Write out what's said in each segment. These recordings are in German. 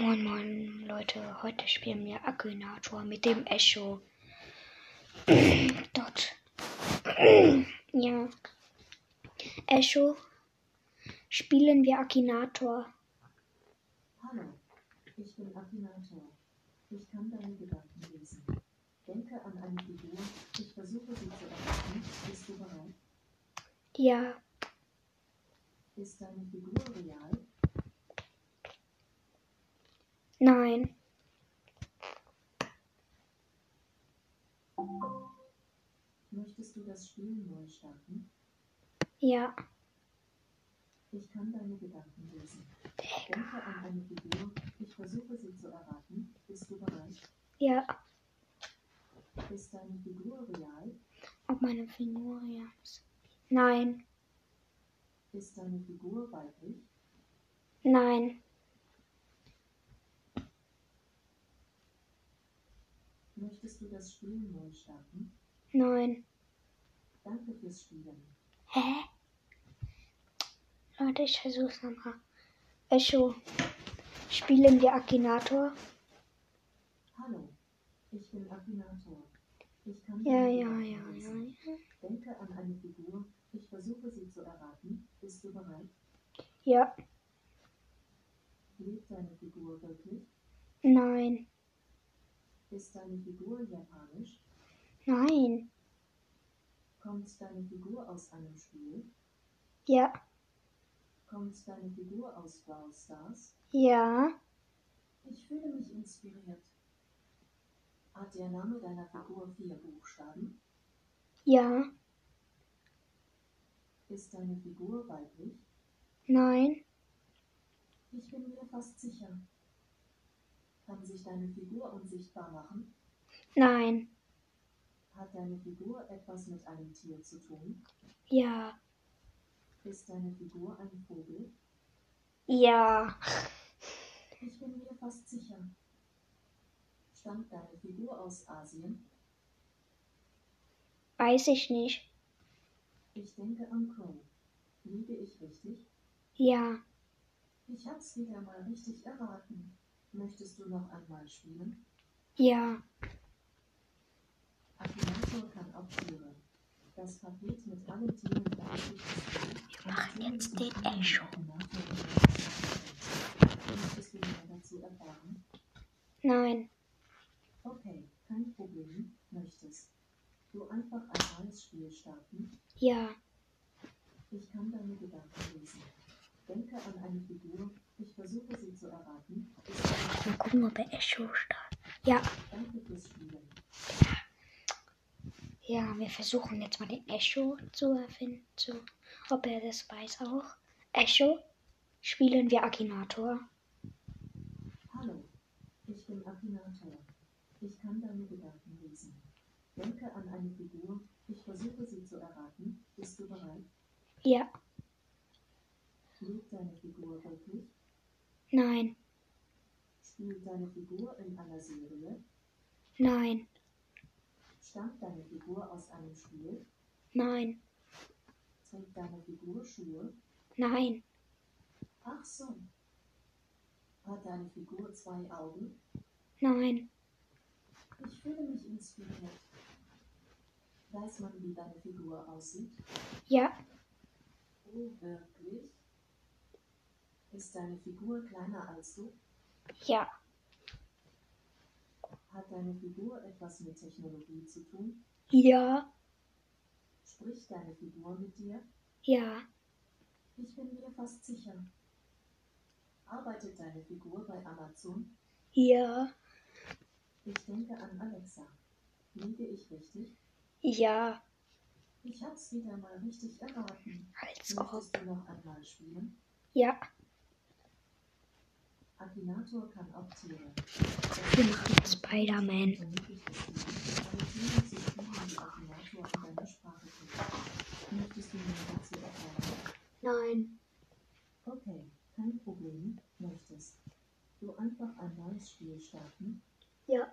Moin Moin Leute, heute spielen wir Akkunator mit dem Echo. Dort. ja. Echo. Spielen wir Akinator. Hallo, ich bin Akinator. Ich kann deine Gedanken lesen. Denke an eine Figur, ich versuche sie zu erkennen. Bist du bereit? Ja. Ist deine Figur real? Nein. Möchtest du das Spiel neu starten? Ja. Ich kann deine Gedanken lesen. Denke an eine Figur, ich versuche sie zu erraten. Bist du bereit? Ja. Ist deine Figur real? Ob meine Figur ja. ist- Nein. Ist deine Figur weiblich? Nein. Möchtest du das Spiel neu starten? Nein. Danke fürs Spielen. Hä? Leute, ich versuch's nochmal. Echo. Spielen wir Akinator. Hallo, ich bin Akinator. Ich kann Ja, deine ja, Gedanken ja, ja. lesen. Denke an eine Figur. Ich versuche sie zu erraten. Bist du bereit? Ja. Lebt deine Figur wirklich? Nein. Ist deine Figur japanisch? Nein. Kommt deine Figur aus einem Spiel? Ja. Kommt deine Figur aus Brawl Stars? Ja. Ich fühle mich inspiriert. Hat der Name deiner Figur vier Buchstaben? Ja. Ist deine Figur weiblich? Nein. Ich bin mir fast sicher. Kann sich deine Figur unsichtbar machen? Nein. Hat deine Figur etwas mit einem Tier zu tun? Ja. Ist deine Figur ein Vogel? Ja. Ich bin mir fast sicher. Stammt deine Figur aus Asien? Weiß ich nicht. Ich denke an Crow. Liege ich richtig? Ja. Ich hab's wieder mal richtig erraten. Möchtest du noch einmal spielen? Ja. Akinator kann auch Tiere. Das Paket mit allen Tieren Wir machen jetzt den Echo. Möchtest du mehr dazu erfahren? Nein. Okay, kein Problem. Möchtest du einfach ein neues Spiel starten? Ja. Ich kann deine Gedanken lesen. Denke an eine Figur. Ich versuche sie zu erraten. Ist eine- Mal gucken, ob er Echo startet. Ja. Danke fürs Spielen. Ja, wir versuchen jetzt mal den Echo zu erfinden. Zu, ob er das weiß auch. Echo. Spielen wir Akinator. Hallo, ich bin Akinator. Ich kann deine Gedanken lesen. Denke an eine Figur. Ich versuche sie zu erraten. Bist du bereit? Ja. Lebt deine Figur wirklich? Nein. Spielt deine Figur in einer Serie? Nein. Stammt deine Figur aus einem Spiel? Nein. Trägt deine Figur Schuhe? Nein. Ach so. Hat deine Figur zwei Augen? Nein. Ich fühle mich inspiriert. Weiß man, wie deine Figur aussieht? Ja. Oh, wirklich? Ist deine Figur kleiner als du? Ja. Hat deine Figur etwas mit Technologie zu tun? Ja. Spricht deine Figur mit dir? Ja. Ich bin mir fast sicher. Arbeitet deine Figur bei Amazon? Ja. Ich denke an Alexa. Liege ich richtig? Ja. Ich hab's wieder mal richtig erraten. Als ob. Möchtest du noch einmal spielen? Ja. Akinator kann auch Tiere. Wir machen Spider-Man. Möchtest du mir dazu erklären? Nein. Okay, kein Problem. Möchtest du einfach ein neues Spiel starten? Ja.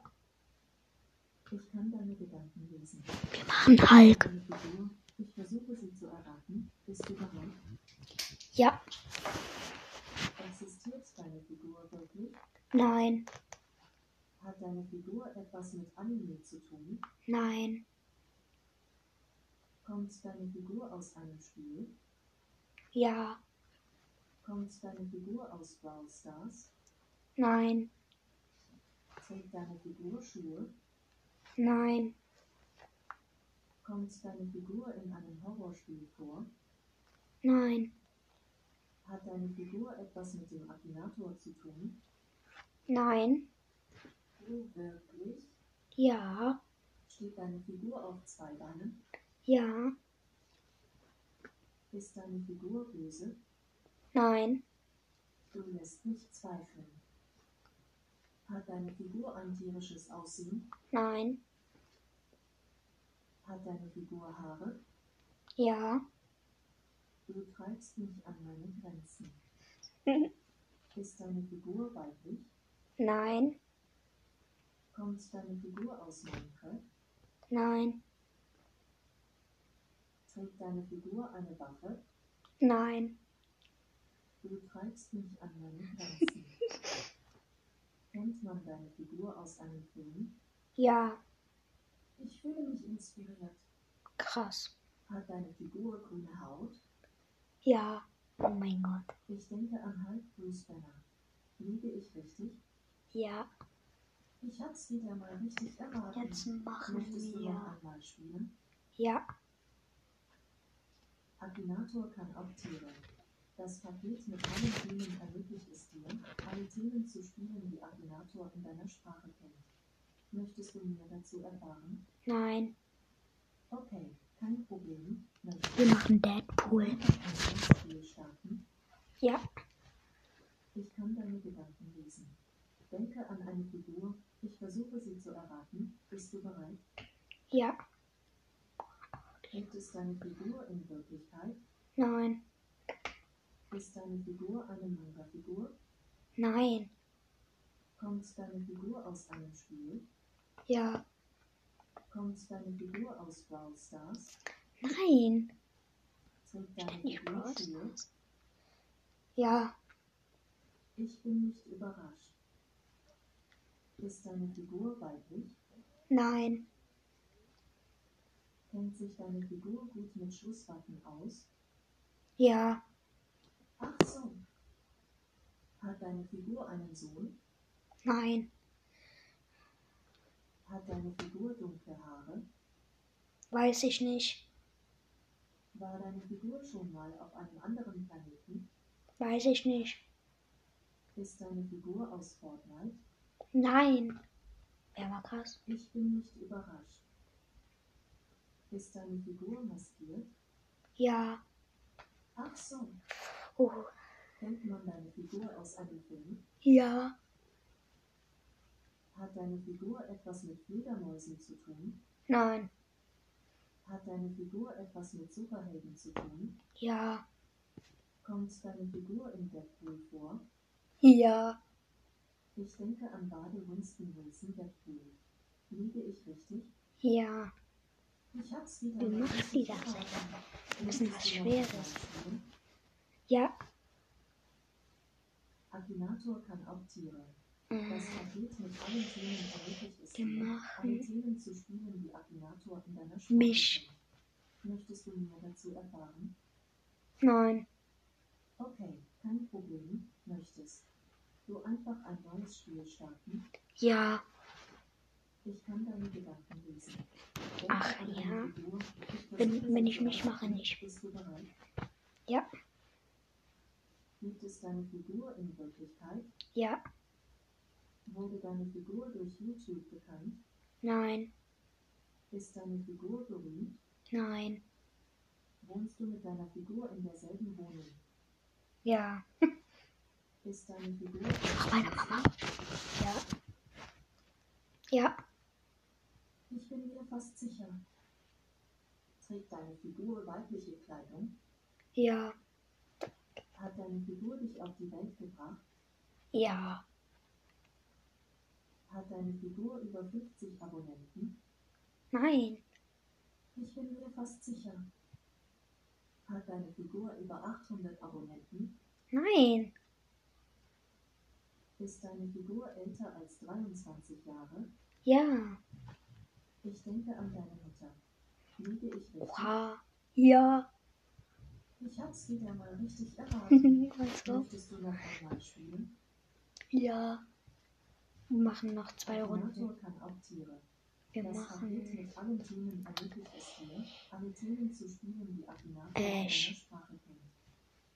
Ich kann deine Gedanken lesen. Wir machen Hulk. Eine Figur, ich versuche sie zu erraten. Bist du bereit? Ja. Existiert deine Figur wirklich? Nein, Hat deine Figur etwas mit Anime zu tun? nein, Kommt deine Figur aus einem Spiel? ja, Kommt deine Figur aus Brawl Stars? nein, Trägt deine Figur Schuhe? nein, Kommt deine Figur in einem Horrorspiel vor? nein, Hat deine Figur etwas mit dem Akinator zu tun? Oh, nein, Wirklich? ja, Steht deine Figur auf zwei Beinen? ja, Ist deine Figur böse? nein, Du lässt mich zweifeln. Hat deine Figur ein tierisches Aussehen? nein, Hat deine Figur Haare? ja, Du treibst mich an meine Grenzen. Mhm. Ist deine Figur weiblich? nein, Kommt deine Figur aus Minecraft? nein, Trägt deine Figur eine Waffe? nein, Du treibst mich an meine Grenzen. Kennt man deine Figur aus einem Film? ja, Ich fühle mich inspiriert. krass, Hat deine Figur grüne Haut? ja, oh mein Gott, Ich denke an halb Bruce Banner. Liege ich richtig? ja, Ich hab's wieder mal richtig erraten. jetzt machen Möchtest du noch wir, einmal spielen? ja, Akinator kann auch Tiere. Das Paket mit allen Themen ermöglicht es dir, alle Themen zu spielen, die Akinator in deiner Sprache kennt. Möchtest du mehr dazu erfahren? nein, Okay, kein Problem. Möchtest wir machen du Deadpool, einfach ein neues Spiel starten? ja, Ich kann deine Gedanken lesen. Denke an eine Figur, ich versuche sie zu erraten. Bist du bereit? ja, Gibt es deine Figur in Wirklichkeit? nein, Ist deine Figur eine Manga-Figur? nein, Kommt deine Figur aus einem Spiel? ja, Kommt deine Figur aus Brawl Stars? nein, Trägt deine Nicht Figur Brawl Schuhe? ja, Ich bin nicht überrascht. Ist deine Figur weiblich? nein, Kennt sich deine Figur gut mit Schusswaffen aus? ja, Ach so. Hat deine Figur einen Sohn? nein, Hat deine Figur dunkle Haare? weiß ich nicht, War deine Figur schon mal auf einem anderen Planeten? weiß ich nicht, Ist deine Figur aus Fortnite? nein, wer war krass? Ich bin nicht überrascht. Ist deine Figur maskiert? Ja, Ach so, oh, kennt man deine Figur aus einem Film? ja, Hat deine Figur etwas mit Fledermäusen zu tun? nein, Hat deine Figur etwas mit Superhelden zu tun? ja, Kommt deine Figur in Deadpool vor? ja, Ich denke an Bade Winston Wilson Deadpool. Liege ich richtig? ja, Ich hab's wieder. Du mal machst richtig die ganze erraten. müssen Möchtest was du noch etwas Schweres. spielen? ja, Akinator kann auch Tiere. Das mm, Paket mit allen Themen ermöglicht es Wir dir, machen alle Themen zu spielen, die Akinator in deiner Schule Mich. Möchtest du mehr dazu erfahren? nein, Okay, kein Problem, möchtest. Du einfach ein neues Spiel starten. ja, Ich kann deine Gedanken lesen. Denke Ach, an deine ja. Figur. Ich Wenn- versuche, wenn sie ich zu mich erraten. mache, nicht. Bist du bereit? Ja. Gibt es deine Figur in Wirklichkeit? ja, Wurde deine Figur durch YouTube bekannt? nein, Ist deine Figur berühmt? nein, Wohnst du mit deiner Figur in derselben Wohnung? ja, Ist deine Figur mach weiter, Mama, ja, ja, Ich bin mir fast sicher. Trägt deine Figur weibliche Kleidung? ja, Hat deine Figur dich auf die Welt gebracht? ja, Hat deine Figur über 50 Abonnenten? nein, Ich bin mir fast sicher. Hat deine Figur über 800 Abonnenten? nein, Ist deine Figur älter als 23 Jahre? Ja. Ich denke an deine Mutter. Liege ich richtig? Oha. Ja. Ich hab's wieder mal richtig erraten. Ganz drauf. Möchtest du noch einmal spielen? Ja. Wir machen noch zwei Runden. Akinator kann auch Tiere. Wir das Paket machen. mit allen Themen ermöglicht es dir, alle Themen zu spielen, die Akinator in deiner Ash. Sprache kennt.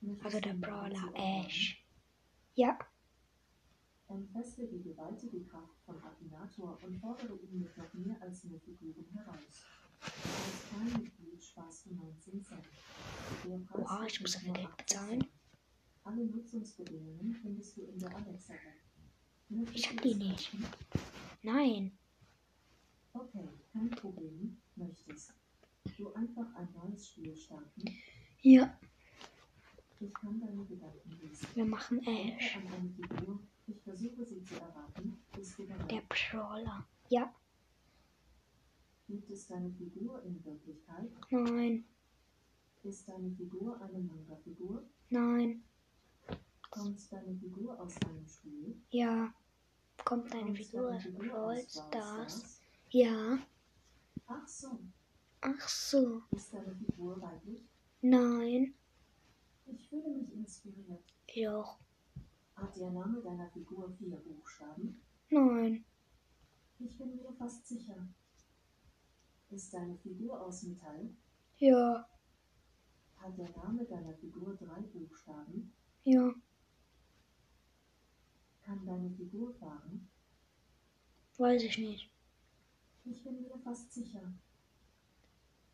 Möchtest Also der du noch Brawler dazu erfahren? Ash. Ja. Entfessle die gewaltige Kraft von Akinator und fordere ihn mit noch mehr als nur Figuren heraus. Als Kleinmitglied sparst du 19 Cent. Der Preis Oha, ich ist muss nur ein Geld 80 bezahlen. Cent. Alle Nutzungsbedingungen findest du in der Alexa-App. Ich hab die Möchtest du es nicht. kaufen? Nein. Okay, kein Problem. Möchtest du einfach ein neues Spiel starten? Ja. Ich kann deine Gedanken lesen. Wir machen Denke Ash. an eine Figur. Ich versuche sie zu erraten. Bist du bereit? Der Brawler. Ja. Gibt es deine Figur in Wirklichkeit? Nein. Ist deine Figur eine Manga-Figur? Nein. Kommt deine Figur aus einem Spiel? Ja. Kommt deine Kommt Figur deine aus Brawl Brawl Stars? Stars? Ja. Ach so. Ach so. Ist deine Figur weiblich? Nein. Ich fühle mich inspiriert. Ich auch. Hat der Name deiner Figur vier Buchstaben? Nein. Ich bin mir fast sicher. Ist deine Figur aus Metall? Ja. Hat der Name deiner Figur drei Buchstaben? Ja. Kann deine Figur fahren? Weiß ich nicht. Ich bin mir fast sicher.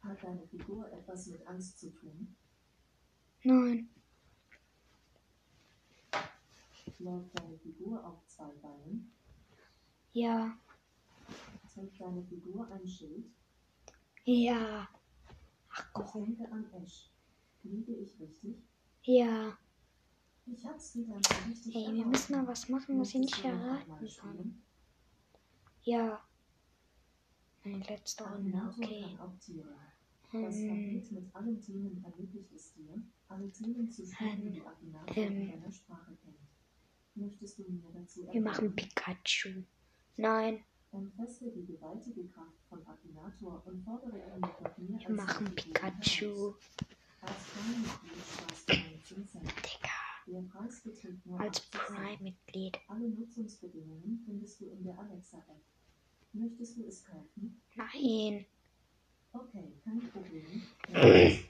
Hat deine Figur etwas mit Angst zu tun? Nein. Läuft deine Figur auf zwei Beinen? Ja. Trägt deine Figur ein Schild? Ja. Ach Ich komm. denke an Ash. Liege ich richtig? Ja. Ich hab's wieder mal richtig Ey, wir erraten. müssen noch was machen, was ich Möchtest nicht du noch erraten einmal kann. spielen? Ja. Meine letzte Runde, Akinator Oh, okay. kann auch Tiere. Ah, Das Ähm, Paket mit allen Themen ermöglicht es dir, alle Themen zu spielen, die Akinator in ähm, deiner Sprache kennt. Möchtest du mir dazu wir machen Pikachu. Nein, Entfessle die gewaltige Kraft von Akinator und fordere ihn mit noch mehr wir als machen nur Figuren heraus. Pikachu. Als Prime-Mitglied sparst du 19 Cent. Digga. Der Preis beträgt nur Als 80 Cent. Prime-Mitglied. Alle Nutzungsbedingungen findest du in der Alexa-App. Möchtest du es kaufen? Nein. Okay, kein Problem. Dann kannst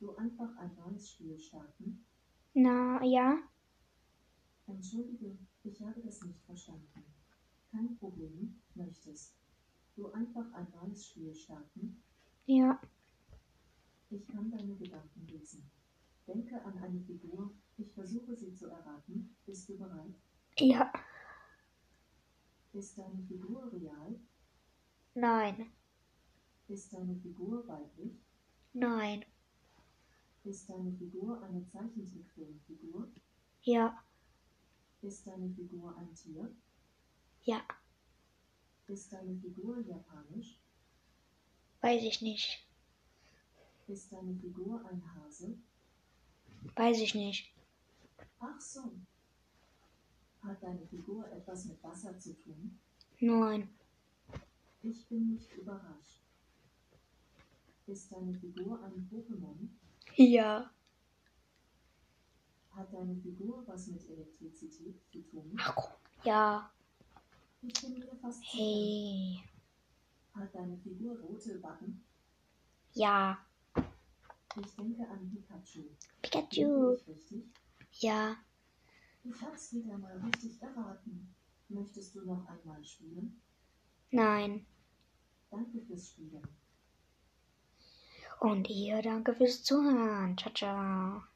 Du einfach ein neues Spiel starten. Na, ja. Entschuldige, ich habe das nicht verstanden. Kein Problem, möchtest. Du einfach ein neues Spiel starten. Ja. Ich kann deine Gedanken lesen. Denke an eine Figur. Ich versuche sie zu erraten. Bist du bereit? Ja. Ist deine Figur real? Nein. Ist deine Figur weiblich? Nein. Ist deine Figur eine Zeichentrickfilmfigur? Ja. Ist deine Figur ein Tier? Ja. Ist deine Figur japanisch? Weiß ich nicht. Ist deine Figur ein Hase? Weiß ich nicht. Ach so. Hat deine Figur etwas mit Wasser zu tun? Nein. Ich bin nicht überrascht. Ist deine Figur ein Pokémon? Ja. Hat deine Figur was mit Elektrizität zu tun? Ach komm. Ja. Ich bin mir fast sicher. Hey. Hat deine Figur rote Backen? Ja. Ich denke an Pikachu. Pikachu. Liege ich richtig? Ja. Ich hab's wieder mal richtig erraten. Möchtest du noch einmal spielen? Nein. Danke fürs Spielen. Und ihr danke fürs Zuhören. Ciao, ciao.